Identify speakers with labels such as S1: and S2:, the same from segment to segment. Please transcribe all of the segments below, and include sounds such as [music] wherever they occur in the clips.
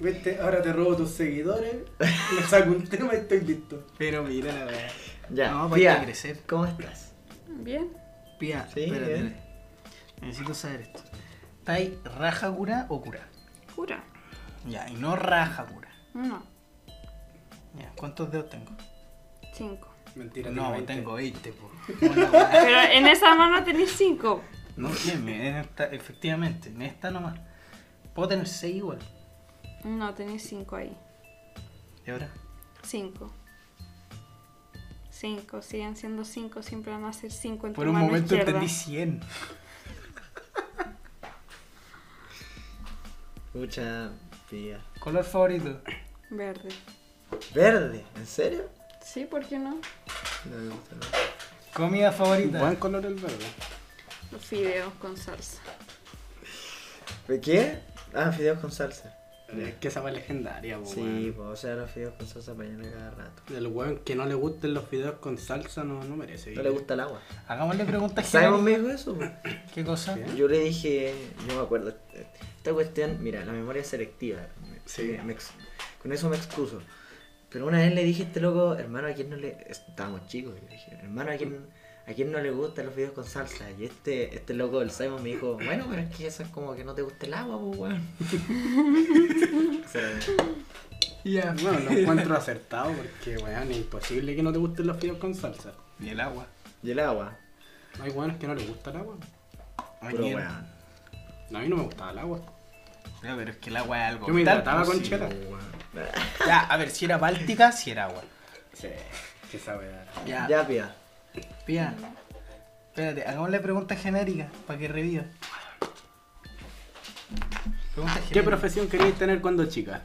S1: Vete, ahora te robo tus seguidores, le saco un tema y estoy listo.
S2: Pero mira la verdad.
S3: Ya,
S2: No, pues hay
S3: Pía,
S2: que crecer.
S3: ¿cómo estás?
S4: Bien.
S2: Pía,
S3: Sí,
S2: espérate,
S1: eh.
S3: bien.
S2: espérate. Necesito saber esto. ¿Estáis raja cura o cura?
S4: Jura.
S2: Ya, y no raja cura.
S4: No.
S2: Ya, ¿cuántos dedos tengo?
S4: Cinco.
S1: Mentira,
S2: no,
S1: 20.
S2: tengo 20, po. Hola, weá.
S4: Pero en esa mano tenés cinco.
S2: No, bien, en esta- efectivamente, en esta nomás. Puedo tener 6 igual.
S4: No, tenés cinco ahí.
S2: ¿Y ahora?
S4: Cinco. Cinco. Siguen siendo cinco. Siempre van a ser cinco en
S2: Por
S4: tu
S2: un
S4: mano
S2: momento
S4: izquierda.
S2: entendí 100.
S3: Mucha Pía.
S2: Color favorito.
S4: Verde.
S3: ¿Verde? ¿En serio?
S4: Sí, ¿por qué no?
S3: No me gusta nada.
S2: Comida favorita.
S1: Buen color el verde.
S4: Los fideos con salsa.
S3: ¿Pero ¿Qué? Ah, fideos con salsa.
S1: Es que esa va legendaria, po,
S3: Sí,
S1: weón.
S3: pues, o sea, los fideos con salsa mañana cada rato.
S1: Del weón que no le gusten los videos con salsa no, no merece.
S3: No
S1: vivir.
S3: le gusta el agua.
S2: Hagámosle preguntas
S3: ¿Sabemos
S2: generales.
S3: mejor eso? po?
S2: ¿Qué cosa?
S1: ¿Qué?
S3: Yo le dije, yo me acuerdo, esta cuestión, mira, la memoria selectiva. me-
S1: Sí.
S3: mira, me ex- con eso me excuso. Pero una vez le dije a este loco, hermano, ¿a quién no le... Estábamos chicos, yo le dije, hermano, ¿a quién, ¿a quién no le gustan los videos con salsa? Y este, este loco del Simon me dijo, bueno, pero es que eso es como que no te gusta el agua, pues, [laughs] weón. O sea,
S2: Ya.
S1: Bueno, lo encuentro acertado porque, weón, es imposible que no te gusten los fideos con salsa.
S2: Y el agua.
S3: y el agua.
S1: Hay weones que no les gusta el agua.
S2: ¿A
S3: Puro
S2: quién?
S3: weón.
S1: A mí no me gustaba el agua.
S2: No, pero es que el agua es algo.
S1: Yo me
S2: vital,
S1: hidrataba
S2: pues,
S1: con
S2: sí.
S1: chela.
S2: Ya, a ver, si era báltica, si era agua.
S1: Sí, que sabe dar.
S2: Ya,
S3: Ya, pía.
S2: Pía. Espérate, hagámosle preguntas genéricas para que reviva. Preguntas genéricas.
S1: ¿Qué profesión querías tener cuando chica?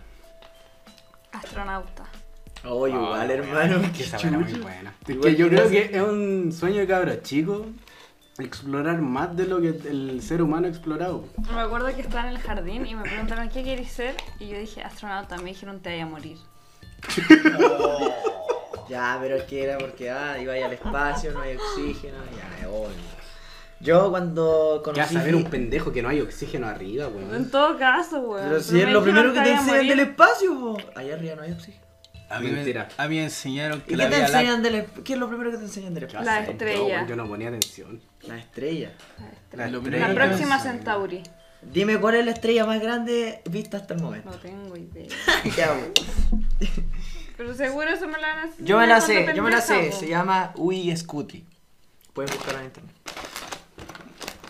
S4: Astronauta.
S3: Oh, igual,
S1: Ah,
S3: hermano.
S1: Que esa weá era muy
S3: chucha.
S1: buena. Es
S3: Igual
S1: que yo
S3: que
S1: creo
S3: las-
S1: que es un sueño de cabros chicos explorar más de lo que el ser humano ha explorado.
S4: Me acuerdo que estaba en el jardín y me preguntaron qué querés ser y yo dije astronauta. Me dijeron te vaya a morir.
S3: Ya, pero es que era porque ah, iba ahí al espacio, no hay oxígeno, ya, es obvio. Yo cuando
S1: ¿Qué vas
S3: conocí.
S1: a ver un pendejo que no hay oxígeno arriba,
S4: En
S1: weón?
S4: todo caso, weón.
S3: Pero si
S4: Pero
S3: es
S4: me
S3: lo primero
S4: dijeron,
S3: que te
S4: vaya a
S3: enseñan del
S4: morir.
S3: espacio, po. allá arriba no hay oxígeno.
S2: A mí,
S1: Mentira.
S2: Me, a mí me enseñaron que
S3: ¿Y
S2: la
S3: qué te
S2: Vía Láctea-
S3: enseñan del esp- ¿Qué es lo primero que te enseñan del
S1: ¿Qué vas
S3: espacio?
S4: La
S1: a ver? Yo,
S4: estrella.
S1: weón, Yo no ponía atención.
S3: La estrella.
S2: La
S4: La,
S2: estrella.
S4: próxima Centauri.
S3: Dime cuál es la estrella más grande vista hasta el momento.
S4: No tengo idea.
S3: [laughs] Ya, po.
S4: Pero seguro eso me la van a hacer.
S3: yo me la sé, yo me la sé. Se llama Wii Scuti. Pueden buscarla en internet.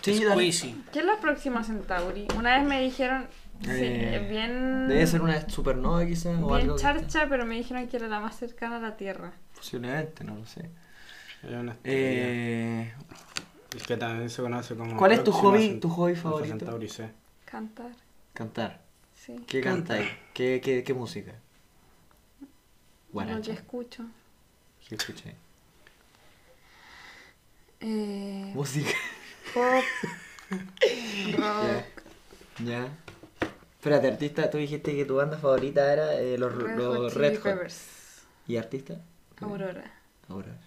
S3: Sí, dale.
S2: Squeezy.
S4: ¿Qué es la próxima Centauri? Una vez me dijeron. sí,
S3: Eh,
S4: bien.
S3: Debe ser una supernova quizás o
S4: Bien
S3: algo. que-
S4: charcha, pero me dijeron que era la más cercana a la Tierra.
S3: Posiblemente, no lo sé.
S1: Era una estrella.
S3: Eh,
S1: Es que también se conoce como.
S3: ¿Cuál es tu
S1: próxima
S3: hobby-
S1: Cent-
S3: tu hobby
S1: Alfa
S3: favorito?
S1: Centauri C.
S4: Cantar,
S3: cantar.
S4: sí.
S3: ¿Qué
S1: Canta.
S3: cantáis? ¿Qué, qué, qué música?
S4: Lo que
S3: Guaracha.
S4: escucho.
S3: Sí, escuché.
S4: Eh,
S3: Música.
S4: pop, rock,
S3: [laughs] ya. Espérate, artista, tú dijiste que tu banda favorita era eh, los
S4: Red,
S3: los
S4: Hot Chili
S3: Red Hot.
S4: Peppers,
S3: ¿Y artista?
S4: Aurora.
S3: Ahora.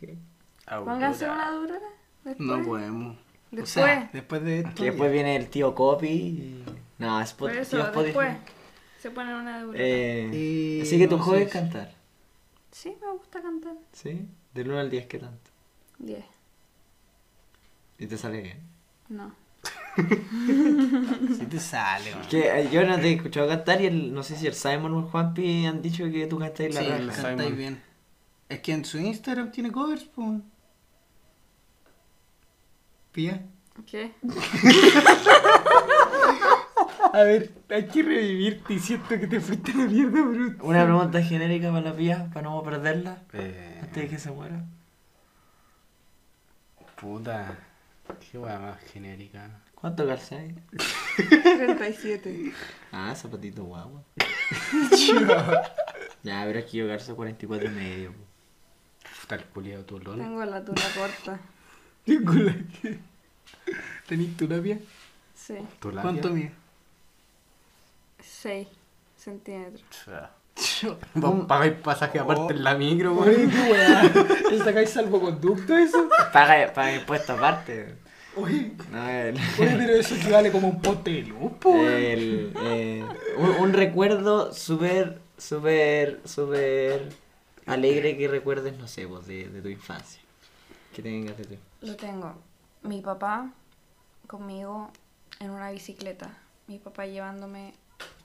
S3: ¿Qué?
S4: Pónganse una de Aurora. Después.
S2: No podemos.
S4: Después.
S2: O sea, después de esto.
S3: después viene el tío Copy. y- No, es
S4: Por eso, después. Se ponen una de Aurora.
S3: Eh,
S2: Y
S3: Así que tu hobby es
S2: entonces-
S3: cantar.
S4: Sí, me gusta cantar.
S3: ¿Sí? Del 1 al 10, ¿qué tanto?
S4: 10.
S3: Y te sale bien.
S4: No.
S2: Si te sale, man.
S3: Que eh, yo [laughs] no te he escuchado cantar y el- no sé si el Simon o el Juanpi han dicho que tú cantáis la
S2: Sí,
S3: raja.
S2: lo cantáis
S1: Simon.
S2: bien. Es que en su Instagram tiene covers, pues. Pía.
S4: ¿Qué?
S2: A ver, hay que revivirte y siento que te fuiste a la mierda, bruto.
S3: Una pregunta genérica para la pía, para no perderla,
S1: Eh,
S3: antes de que se muera.
S1: puta. Qué weá más genérica.
S3: ¿Cuánto calzáis?
S4: 37.
S3: Ah, zapatito
S2: [laughs]
S3: guagua. ya, pero aquí yo calzo 44 y medio. po.
S1: Puta el culiao tulón.
S4: Tengo la tula corta.
S2: ¿Tenís tu labia?
S4: Sí.
S1: ¿Tu labia?
S2: ¿Cuánto mide?
S4: 6 centímetros.
S1: Vos pagáis pasaje aparte en la micro, weón.
S2: ¿Te sacáis salvoconducto eso?
S3: Paga, paga impuesto aparte.
S2: Oye,
S3: No, eh. el,
S2: oye, pero eso equivale como un pote de luz, po, weón.
S3: el, eh, un, un recuerdo súper, súper, súper alegre que recuerdes, no sé, vos, de, de tu infancia. Que tengas de tu
S4: Lo tengo. Mi papá conmigo en una bicicleta. Mi papá llevándome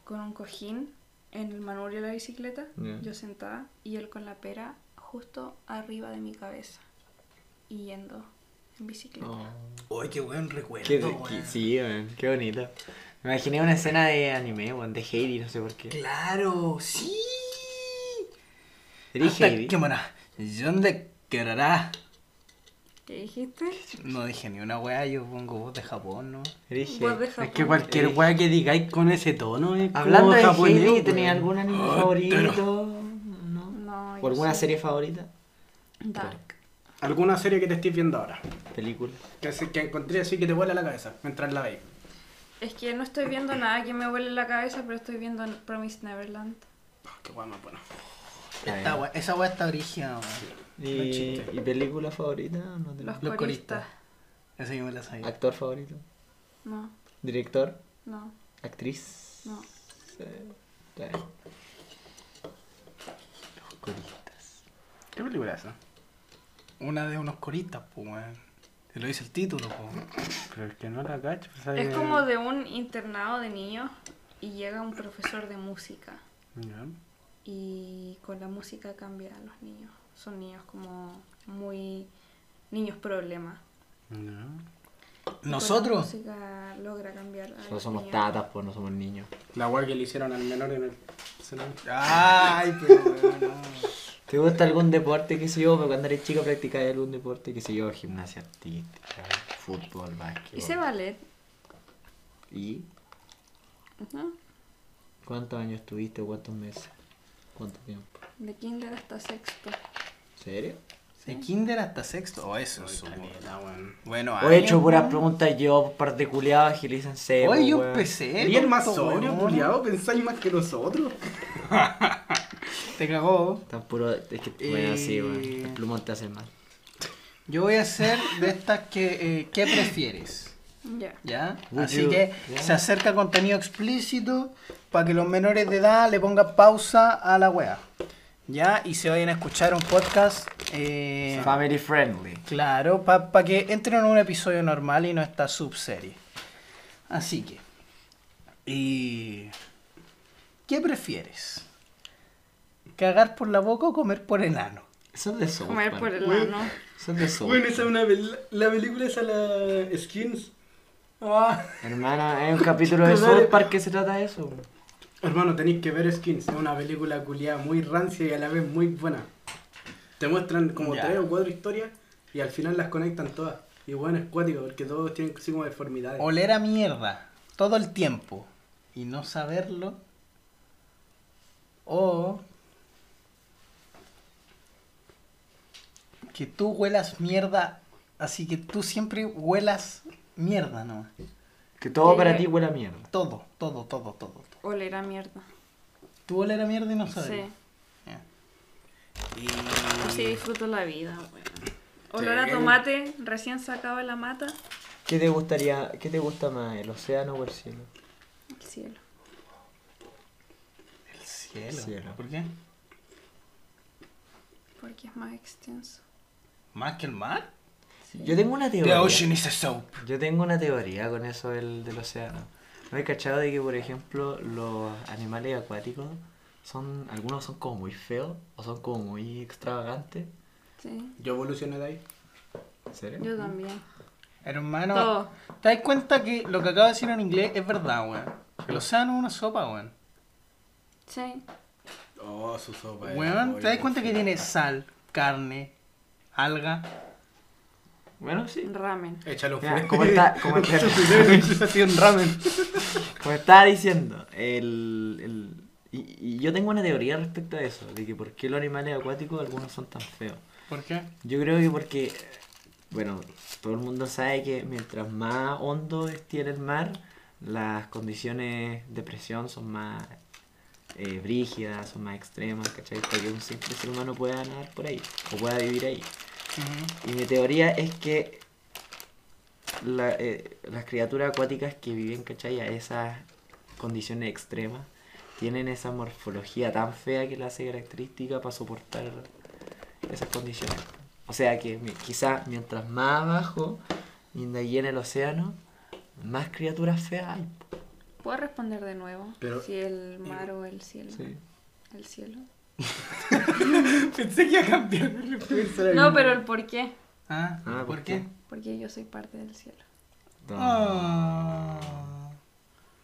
S4: con un cojín en el manubrio de la bicicleta,
S3: Ya.
S4: yo sentada, y él con la pera justo arriba de mi cabeza y yendo en bicicleta.
S3: Oh,
S2: Oye, qué buen recuerdo,
S3: qué,
S2: weón.
S3: qué- sí, weón, qué bonito. Me imaginé una escena de anime, weón, de Heidi, no sé por qué.
S2: Claro, sí.
S3: ¿Eres
S2: Hasta
S3: Heidi?
S2: que mora. ¿Dónde quedará?
S4: ¿Qué dijiste?
S2: No dije ni una weá, yo pongo voz de Japón, ¿no?
S3: ¿Eres
S4: Voz
S3: Heidi?
S4: de
S1: Es
S4: Japón.
S1: que cualquier
S3: Eh.
S1: weá que digáis con ese tono es como
S3: Hablando de
S1: japonés,
S3: Heidi,
S1: weón.
S3: ¿tenés algún anime favorito? ¿No?
S4: No,
S3: ¿O
S4: yo
S3: alguna
S4: soy
S3: serie favorita?
S4: Dark.
S1: ¿Alguna serie que te estés viendo ahora?
S3: ¿Película?
S1: Que, se- que encontré así que te vuela la cabeza mientras la veis.
S4: Es que no estoy viendo nada que me vuele la cabeza, pero estoy viendo Promise Neverland.
S1: Ah, qué weá más buena.
S2: Esta weá- esa weá está original,
S1: No
S3: Eh, ¿Y,
S1: existe.
S3: y película favorita? No te-
S4: Los,
S2: Los
S4: coristas.
S2: coristas. Esa yo me la sabía.
S3: ¿Actor favorito?
S4: No,
S3: ¿Director?
S4: no,
S3: ¿Actriz?
S4: no.
S3: Eh, está bien. Los coristas.
S1: ¿Qué película es esa?
S2: Una de unos coristas, pues, weón. Te lo dice el título, pues.
S1: Pero es que no la cacho. pues, ahí-
S4: Es como de un internado de niños y llega un profesor de música
S1: Ya.
S4: y con la música cambia a los niños. Son niños como muy niños problema.
S1: Ya.
S2: Nosotros.
S4: Y con La música logra cambiar. a
S3: No
S4: los
S3: somos
S4: niños.
S3: tatas, pues no somos niños.
S1: La weá que le hicieron al menor en el. se la-
S2: Ay, pero weón, no.
S3: ¿Te gusta algún deporte? ¿Qué sé yo? Pero Cuando eres chico practicabas algún deporte, qué sé yo, gimnasia artística, fútbol, básquet.
S4: Hice ballet.
S3: ¿Y
S4: ujú,
S3: cuántos años tuviste? ¿Cuántos meses? ¿Cuánto tiempo?
S4: De kinder hasta sexto.
S3: ¿Serio?
S2: De kinder hasta sexto. O eso,
S1: Ay,
S2: su-
S1: caleta, weón.
S2: Bueno,
S3: O he
S2: ahí,
S3: hecho puras
S2: weón.
S3: preguntas yo, par de culiados, agilícense.
S2: Oye,
S3: po,
S2: yo
S3: weón.
S2: empecé.
S1: Eres el más
S2: tonto,
S1: sobrio,
S2: weón.
S1: culiao, pensáis más que nosotros.
S2: Te cagó.
S3: Tan puro. Es que, bueno, sí,
S2: Eh.
S3: weón. El plumón te hace mal.
S2: Yo voy a hacer de estas que. eh, ¿Qué prefieres?
S4: Ya.
S2: ¿Ya?
S3: Would
S2: Así
S3: you-
S2: que
S3: ya.
S2: se acerca contenido explícito para que los menores de edad le pongan pausa a la wea. ¿Ya? Y se vayan a escuchar un podcast. eh,
S3: Family friendly.
S2: claro, para que entren en un episodio normal y no esta subserie. Así que. Y. ¿Qué prefieres? ¿Cagar por la boca o comer por el ano?
S3: Son de South
S4: Comer
S3: Park.
S4: por el
S1: Bueno.
S4: ano.
S3: Son de South
S1: Bueno,
S3: Park.
S1: esa es una. pel- La película esa, la. Skins. Ah.
S3: Hermana, hay un capítulo de
S1: Chicos, dale.
S3: South Park que se trata de eso. weón.
S1: Hermano, tenéis que ver Skins, es una película culiada muy rancia y a la vez muy buena. Te muestran como
S2: Ya.
S1: tres o cuatro historias y al final las conectan todas. Y bueno, es cuático porque todos tienen así como deformidades.
S2: Oler a mierda todo el tiempo y no saberlo. O que tú huelas mierda, así que tú siempre huelas mierda, ¿no?
S3: Que todo
S4: Sí.
S3: para ti huele a mierda.
S2: Todo, todo, todo, todo. todo.
S4: Oler a mierda.
S2: Tú oler a mierda y no saberlo.
S4: Sí.
S2: Ya.
S4: Así disfruto la vida, weón. Olor a tomate recién sacado de la mata.
S3: ¿Qué te gustaría, qué te gusta más, el océano o el cielo?
S4: El cielo.
S2: El cielo.
S3: Cielo.
S2: ¿Por qué?
S4: Porque es más extenso.
S2: ¿Más que el mar?
S3: Yo tengo una
S2: The
S3: teoría.
S2: ocean is a soap.
S3: Yo tengo una teoría con eso del, del océano. ¿No he cachado de que, por ejemplo, los animales acuáticos son, algunos son como muy feos o son como muy extravagantes?
S4: Sí.
S1: Yo evolucioné de ahí.
S3: ¿En serio?
S4: Yo también.
S2: Hermano,
S4: Todo.
S2: ¿te das cuenta que lo que acabo de decir en inglés es verdad, weón? El océano es una sopa, weón.
S4: Sí.
S1: Oh, su sopa. era
S2: Weón,
S1: muy
S2: ¿te das cuenta que
S1: buena.
S2: tiene sal, carne, alga?
S3: Bueno, sí.
S4: Ramen.
S1: Échalo
S3: Mira,
S1: fuera.
S3: como está-
S1: [laughs]
S3: como está- [laughs]
S2: un ramen.
S3: Como estaba diciendo, el, el- y, y yo tengo una teoría respecto a eso, de que por qué los animales acuáticos algunos son tan feos.
S2: ¿Por qué?
S3: Yo creo que porque, bueno, todo el mundo sabe que mientras más hondo tiene el mar, las condiciones de presión son más eh, brígidas, son más extremas, ¿cachai? Para que un simple ser humano pueda nadar por ahí o pueda vivir ahí. Y mi teoría es que la- eh, las criaturas acuáticas que viven, ¿cachai? A esas condiciones extremas, tienen esa morfología tan fea que la hace característica para soportar esas condiciones. O sea que mi- quizá mientras más abajo indagué en el océano, más criaturas feas hay.
S4: ¿Puedo responder de nuevo?
S1: Pero-
S4: si el mar o el
S3: pues.
S4: cielo. El cielo.
S1: Pensé que iba a cambiar mi respuesta. ahora
S4: No,
S1: mismo.
S4: pero el por qué.
S2: Ah,
S3: Ah,
S2: ¿por
S3: ¿por
S2: qué?
S3: qué?
S4: Porque yo soy parte del cielo.
S2: Ah.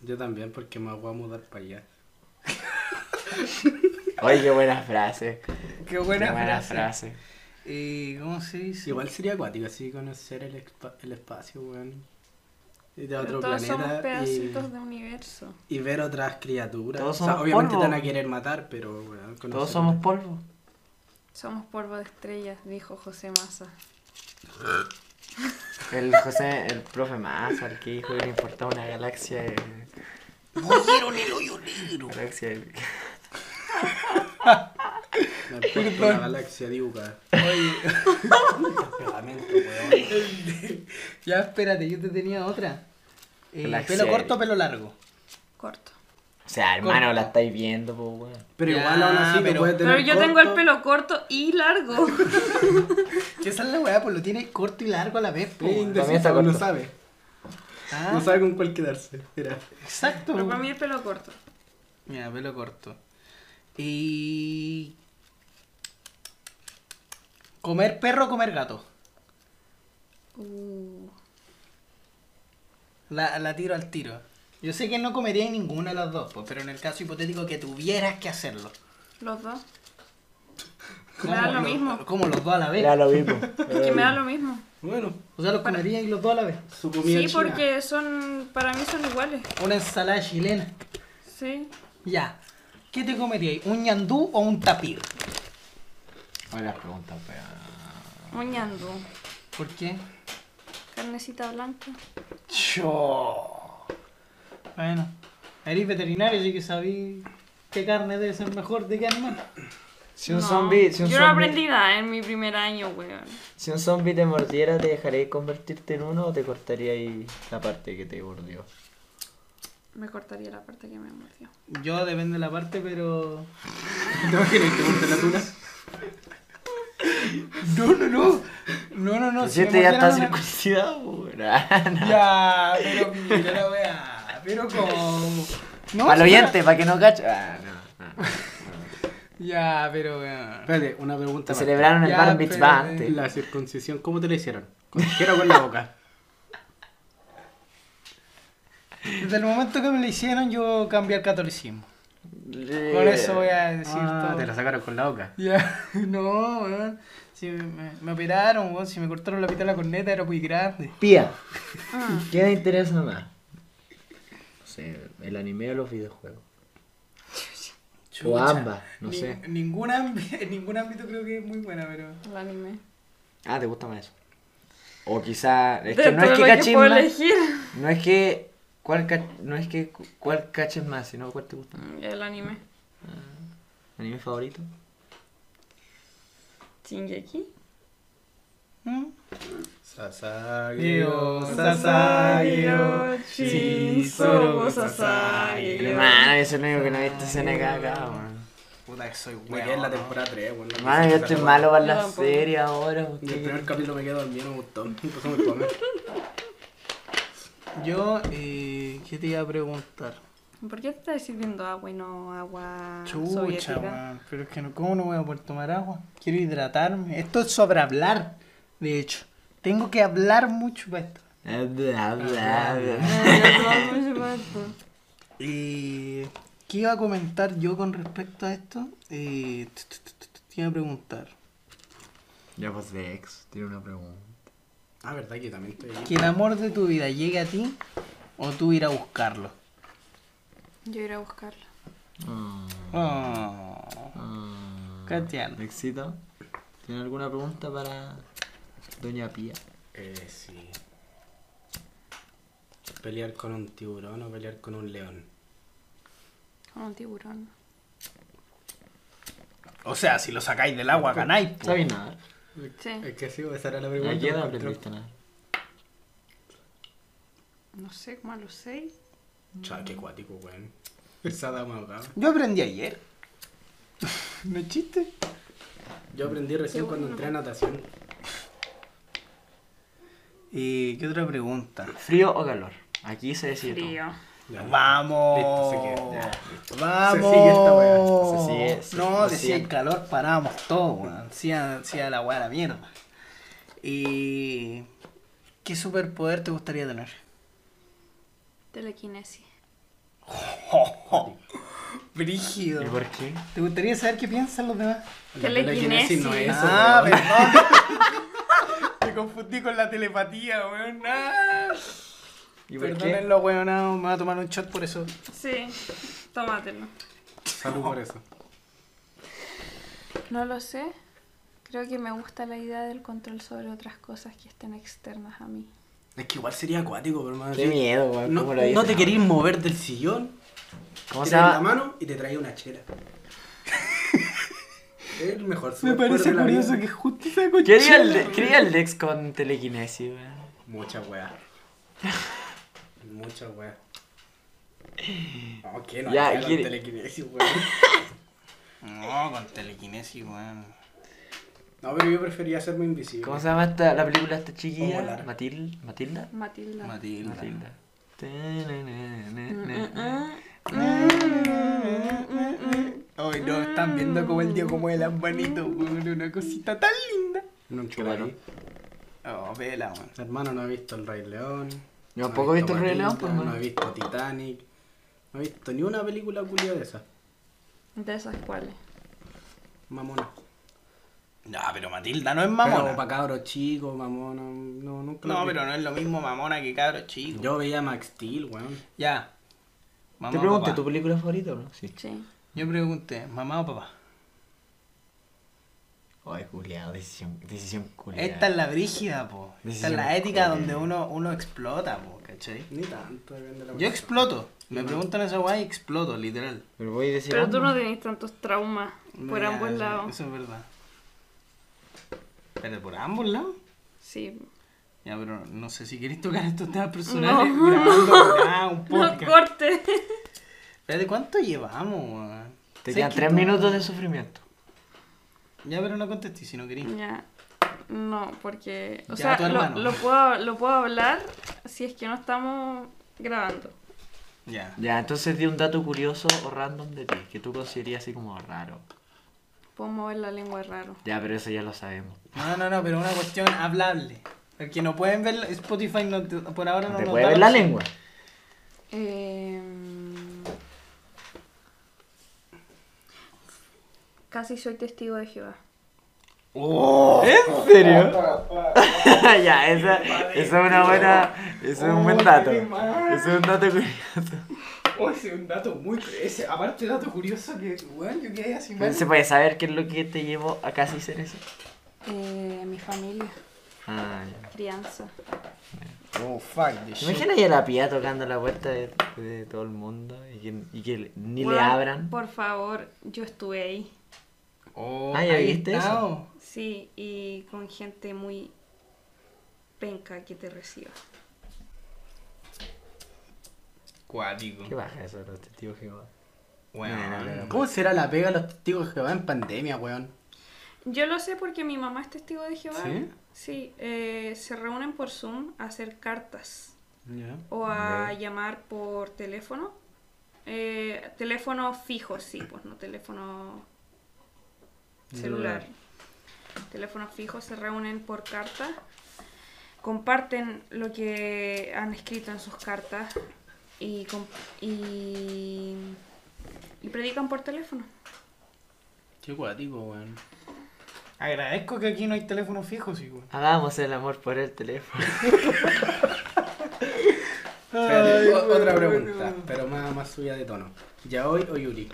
S1: Yo también, porque me voy a mudar para allá.
S3: Oye, qué buena frase.
S2: Qué
S3: Qué
S2: buena,
S3: buena
S2: frase.
S3: frase.
S2: Eh, ¿Cómo se dice?
S1: Igual sería acuático así conocer el, expa- el espacio, weón. Y de
S4: Pero
S1: otro
S4: todos somos
S1: planeta. Y,
S4: pedacitos de universo.
S1: y ver otras criaturas.
S3: Todos
S1: O sea,
S3: somos
S1: obviamente
S3: polvo.
S1: te van a querer matar, pero weón,
S3: Todos
S1: conocer-
S3: somos polvo.
S4: Somos polvo de estrellas, dijo José Massa.
S3: El José, el profe más, al que dijo que le importaba una galaxia. eh, Galaxia. eh,
S1: Me importa una galaxia diuca.
S2: Ya, espérate, yo te tenía otra. Eh,
S3: La
S2: ¿Pelo
S3: serie.
S2: corto pelo largo?
S4: Corto.
S3: O sea, hermano, la estáis viendo, po, weón.
S1: [laughs] Pero
S2: Ya,
S1: igual aún así
S2: pero-
S1: te puedes tener
S4: Pero yo tengo el
S1: corto.
S4: pelo corto y largo.
S1: [laughs]
S2: Que esa es la weá, pues lo tiene corto y largo a la vez, po,
S1: Es
S2: weón.
S1: indeciso,
S3: También está
S1: no
S3: corto.
S1: sabe.
S2: Ah,
S1: No sabe con cuál quedarse. Era.
S2: Exacto.
S4: Pero para
S2: weón.
S4: mí el pelo corto.
S2: Mira, pelo corto. Y. ¿Comer perro o comer gato?
S4: Uh,
S2: La, la tiro al tiro. Yo sé que no comería ninguna de las dos, pues, pero en el caso hipotético que tuvieras que hacerlo.
S4: los dos. Me
S2: ¿Cómo
S4: da lo
S2: los-
S4: mismo.
S2: ¿Cómo los dos a la vez?
S3: Era lo mismo.
S4: Es que me da lo mismo.
S1: Bueno,
S2: O sea, los comerías y los dos a la vez.
S1: su comida
S4: Sí,
S1: china.
S4: porque son. Para mí son iguales.
S2: Una ensalada chilena.
S4: Sí.
S2: Ya. ¿Qué te comeríais? ¿Un ñandú o un tapir?
S3: Buenas preguntas, pero.
S4: Moñando.
S2: ¿Por qué?
S4: Carnecita blanca.
S2: Yo. Bueno, eres veterinario, así que sabí qué carne debe ser mejor de qué animal.
S3: Si un
S4: No.
S3: zombie. Si un
S4: Yo no
S3: zombi-
S4: aprendí nada en mi primer año, weón.
S3: Si un zombie te mordiera, ¿te dejaría convertirte en uno o te cortaría ahí la parte que te mordió?
S4: Me cortaría la parte que me mordió.
S2: Yo depende de la parte, pero.
S1: [laughs] ¿Te imaginas que corte la tula?
S2: No, no, no. No, no, no.
S3: si
S2: me
S3: este ya está
S2: mordieran una-
S3: circuncidado, po, weón. [laughs] Ah, no.
S2: Ya, pero mira la weá. Pero como. No,
S3: Al
S2: si fuera-
S3: oyente, para que no cache. Ah, no. no.
S2: Ya, pero weón.
S1: Espérate, una pregunta.
S3: Te
S1: más.
S3: celebraron el
S2: Ya,
S3: Bar Mitzvah
S2: pero-
S3: antes.
S1: La circuncisión, ¿cómo te la hicieron? ¿Con tijera o con la boca?
S2: Desde el momento que me lo hicieron, yo cambié al catolicismo. eh, Con eso voy a decir
S1: Ah,
S2: todo.
S1: te la sacaron con la boca.
S2: Ya, [laughs] no, weón. Si me, me operaron, weón. Si me cortaron la pita de la corneta, era muy grande.
S3: Pía,
S4: Ah,
S3: ¿qué te interesa más? No sé, el anime o los videojuegos. O
S2: Chucha.
S3: ambas, no
S2: Ni-
S3: sé.
S2: Ningún, ámbi- en [laughs] ningún ámbito creo que es muy buena, pero.
S4: el anime.
S3: Ah, ¿te gusta más eso? O quizá, es que
S4: Dentro
S3: no es
S4: de
S3: que
S4: lo
S3: caches
S4: puedo
S3: más,
S4: elegir.
S3: no es que, cuál ca- no es que cu- cuál caches más, sino cuál te gusta más.
S4: Mm, El anime.
S3: ¿Anime favorito?
S4: Shingeki.
S2: ¿Mm?
S1: Sasageo,
S2: sasageo,
S1: somos
S4: Eh,
S1: Sasage.
S4: Ah.
S3: Hermano, yo soy el único que no he visto escena acá, acá, weón.
S2: Puta que soy
S1: Me quedé en la temporada 3, weón.
S3: Hermano, yo estoy
S1: eh,
S3: malo para
S4: Yo
S3: la
S4: tampoco.
S3: serie ahora. weón.
S1: En el primer capítulo me quedé dormido, me gustó. Empezó muy fome.
S2: Yo, eh, ¿qué te iba a preguntar?
S4: ¿Por qué te estás sirviendo agua y no agua
S2: Chucha,
S4: [laughs] soviética?
S2: weón. Pero es que no, ¿cómo no voy a poder tomar agua? Quiero hidratarme. Esto es sobre hablar, de hecho. Tengo que hablar mucho para esto.
S3: Ah, Bla, bla, bla.
S2: Eh, ¿Qué iba a comentar yo con respecto a esto? Eh, t- t- t- t- te iba a preguntar.
S3: Ya pues de ex, tiene una pregunta.
S1: Ah, verdad que yo también estoy ahí.
S2: ¿Que el amor de tu vida llegue a ti o tú ir a buscarlo?
S4: Yo iré a buscarlo.
S3: Mm.
S2: Oh. Qué tierno.
S3: ¿Me excita? Ah, ¿Tiene alguna pregunta para Doña Pía?
S1: Eh, sí. Pelear con un tiburón o pelear con un león.
S4: Con un tiburón.
S2: O sea, si lo sacáis del agua, ganáis. po.
S3: ¿Sabes nada?
S4: Sí.
S3: Ah,
S1: Es que sí, esa era la
S3: Ayer
S1: pregunta.
S3: aprendiste nada.
S4: no sé, como a los seis.
S1: Chá, qué cuático, weón. Esa dama, weón.
S2: Yo aprendí ayer. [laughs] ¿No es chiste?
S1: Yo aprendí recién
S4: Qué
S1: cuando
S4: bueno.
S1: entré a natación.
S2: ¿Y Eh, qué otra pregunta?
S3: ¿Frío o calor? Aquí se decide todo.
S4: Frío.
S1: Ya.
S2: ¡Vamos!
S1: Listo, se queda. Ya.
S2: ¡Vamos!
S1: Se sigue esta weá.
S3: Se sigue, se-
S2: no,
S3: se
S2: decía
S3: sigue.
S2: el calor, parábamos todo, weón. Hacía hacía la weá a la mierda. ¿Y qué superpoder te gustaría tener?
S4: Telequinesis.
S2: Brígido.
S3: ¿Y por qué?
S2: ¿Te gustaría saber qué piensan los demás?
S1: La
S4: Telequinesis.
S1: telequinesis no es eso,
S2: ah,
S1: weón.
S2: perdón. Me confundí con la telepatía, weón. Ah.
S3: ¿Y por qué?
S2: Perdónenlo, weón. no, me voy a tomar un shot por eso.
S4: Sí, tómatelo.
S1: Salud por eso.
S4: No lo sé. Creo que me gusta la idea del control sobre otras cosas que estén externas a mí.
S1: Es que igual sería acuático, pero madre.
S3: Qué miedo, weón.
S1: No,
S3: ¿Cómo lo Ah.
S1: no
S3: dices?
S1: te querís mover del sillón,
S3: ¿Cómo se
S1: tiras la
S3: llama?
S1: mano y te traía una
S2: [laughs]
S1: chela. es el mejor
S2: Me
S1: superpoder
S2: parece
S1: de la vida.
S2: curioso que justo esa cochina.
S3: ¿Qué haría el, de- qué haría el Dex con telequinesis, weón?
S1: Mucha weá. Mucha weá. No, ¿qué? No,
S3: Ya,
S1: ya,
S3: quiere-
S1: telequinesis, weón.
S2: No, con telequinesis, weón.
S1: No, pero yo prefería hacerme invisible.
S3: ¿Cómo se llama esta, la película esta
S1: O
S3: chiquilla?
S1: volar.
S3: Matil, ¿Matilda?
S4: Matilda.
S2: Matilda.
S3: Matilda.
S2: Hoy no están viendo como el tío como el ambanito, weón. Una cosita tan linda.
S1: No, un chulo
S3: Claro.
S1: ahí.
S2: Oh, vela, weón.
S1: Hermano, no he visto El Rey León.
S3: Yo tampoco he visto El Rey
S1: Matilda,
S3: León, pues, man.
S1: No he visto Titanic. No he visto ni una película culia de esas.
S4: De esas cuales.
S1: Mamona.
S2: No, pero Matilda no es
S1: Mamona.
S2: mamona.
S1: para cabros chicos, mamona. No, nunca
S2: No,
S1: las vi.
S2: pero no es lo mismo mamona que cabro chico.
S1: Yo veía Max Steel, weón.
S2: Ya. Mamá
S3: Te
S2: o
S3: pregunto,
S2: papá.
S3: ¿tu película favorita o no? Sí.
S4: Sí.
S2: Yo pregunté, mamá o papá.
S3: Ay, culiado, decisión, decisión culiada.
S2: Esta es la brígida, po. Esta es la
S3: Decisión
S2: ética
S3: cruel.
S2: donde uno, uno explota, po, ¿cachai?
S1: Ni tanto, depende de la
S2: Yo
S1: persona.
S2: exploto. Me preguntan esa guay y exploto, literal.
S3: Pero voy a decir
S4: Pero tú
S3: algo.
S4: no tenés tantos traumas por
S2: Ya,
S4: ambos
S2: eso-
S4: lados.
S2: Eso es verdad. ¿Pero por ambos lados?
S4: Sí.
S2: Ya, pero no sé si queréis tocar estos temas personales grabando ah, un
S4: No
S2: podcast. [laughs]
S4: corte.
S2: Espérate, ¿cuánto llevamos, weón?
S3: Te
S2: ¿Sabes
S3: quedan
S2: que
S3: tres
S2: tú-
S3: minutos de sufrimiento.
S2: Ya, pero no contesté si no queréis.
S4: Ya. No, porque. O
S2: Ya,
S4: sea,
S2: tu
S4: lo,
S2: hermano.
S4: lo puedo, lo puedo hablar si es que no estamos grabando.
S2: Ya.
S3: Ya, entonces di un dato curioso o random de ti, que tú considerías así como raro.
S4: Puedo mover la lengua raro.
S3: Ya, pero eso ya lo sabemos.
S2: No, no, no, pero una cuestión hablable. Porque no pueden ver Spotify, no te- por ahora no
S3: ¿Te
S2: nos
S3: puede
S2: da
S3: ver la
S2: opción.
S3: lengua?
S4: Em, Casi soy testigo de Jehová.
S2: Oh.
S3: ¿En serio? [laughs] ya, esa, esa es una buena. Eso es un buen dato. Eso es un dato curioso.
S2: Oh, ese es un dato muy. Ese, aparte, dato curioso que, weón, yo quedé así mal.
S3: ¿Se puede saber qué es lo que te llevó a casi ser eso?
S4: Eh, mi familia,
S3: Ah, ya.
S4: crianza.
S2: Oh, fuck the
S3: ¿Te
S2: shit.
S3: imaginas ya la pía tocando la puerta de, de todo el mundo y que, y que ni le
S4: Weón,
S3: abran?
S4: Por favor, yo estuve ahí.
S2: Oh,
S3: Ah, ¿ya
S2: ahí
S3: viste
S2: está,
S3: eso?
S2: oh.
S4: Sí, y con gente muy penca que te reciba.
S2: Cuático.
S3: ¿Qué baja eso, los testigos Jehová?
S2: Weón.
S3: No, no, no, no.
S1: ¿Cómo será la pega a los testigos que van en pandemia, weón?
S4: Yo lo sé porque mi mamá es testigo de Jehová.
S1: ¿Sí?
S4: Sí, eh, se reúnen por Zoom a hacer cartas
S1: Ya.
S4: o a llamar por teléfono. Eh, teléfono fijo, sí, pues no teléfono celular. Teléfono fijo, se reúnen por carta, comparten lo que han escrito en sus cartas y, com- y, y predican por teléfono.
S1: Qué cuático, weón.
S2: Agradezco que aquí no hay teléfono fijo, sí, weón.
S3: Hagamos el amor por el teléfono.
S1: Espérate, o- otra pregunta, pero más, más subida de tono. ¿Yaoi o Yuri?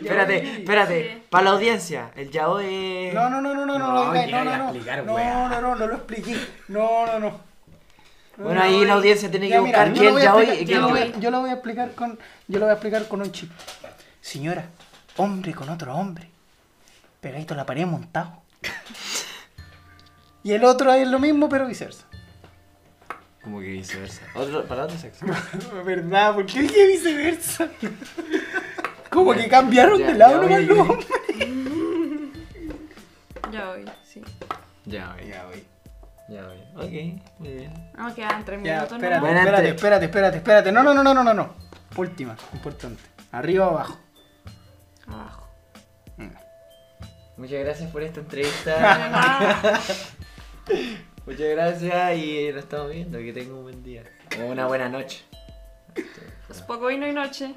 S3: espérate, espérate.
S4: Sí.
S3: Para la audiencia, el yaoi es...
S2: No, no, no, no, no, no,
S1: No,
S2: no,
S1: llega
S2: no, no,
S1: a
S2: no,
S1: explicar,
S2: no,
S1: weá.
S2: no, no, no lo expliqué, no, no, no.
S3: Bueno, ahí la audiencia tiene que
S2: Ya, mira,
S3: buscar
S2: yo
S3: quién
S2: lo voy a
S3: ya hoy
S2: explicar-
S3: y
S2: yo
S3: quién
S2: lo voy
S4: ya
S2: a-
S4: hoy.
S2: Yo lo voy a explicar con, yo lo voy a explicar con un chip. Señora, hombre con otro hombre, pegadito a la pared montado. y el otro es lo mismo, pero viceversa.
S5: Como que viceversa. Otro, para otro sexo.
S2: [laughs] ¿Verdad? ¿Por qué dije [laughs] viceversa? Como que cambiaron
S5: Ya,
S2: de lado
S5: ya voy,
S2: nomás los hombres.
S4: Ya hoy, sí.
S5: Ya, güey.
S2: Ya, güey.
S5: Ya, güey. Ok, muy bien.
S4: Ah, quedan tres
S2: Ya,
S4: minutos.
S2: espérate,
S4: nomás.
S3: Buena
S2: espérate,
S3: entre-
S2: [laughs] espérate, espérate, espérate. No, no, no, no, no, no, no. Última, importante. Arriba o abajo.
S4: Abajo.
S2: Mm.
S3: Muchas gracias por esta
S2: [laughs]
S3: entrevista.
S4: Ah,
S3: Muchas gracias y nos estamos viendo. Que tenga un buen día. O una buena noche.
S4: Pues poco y no hay noche.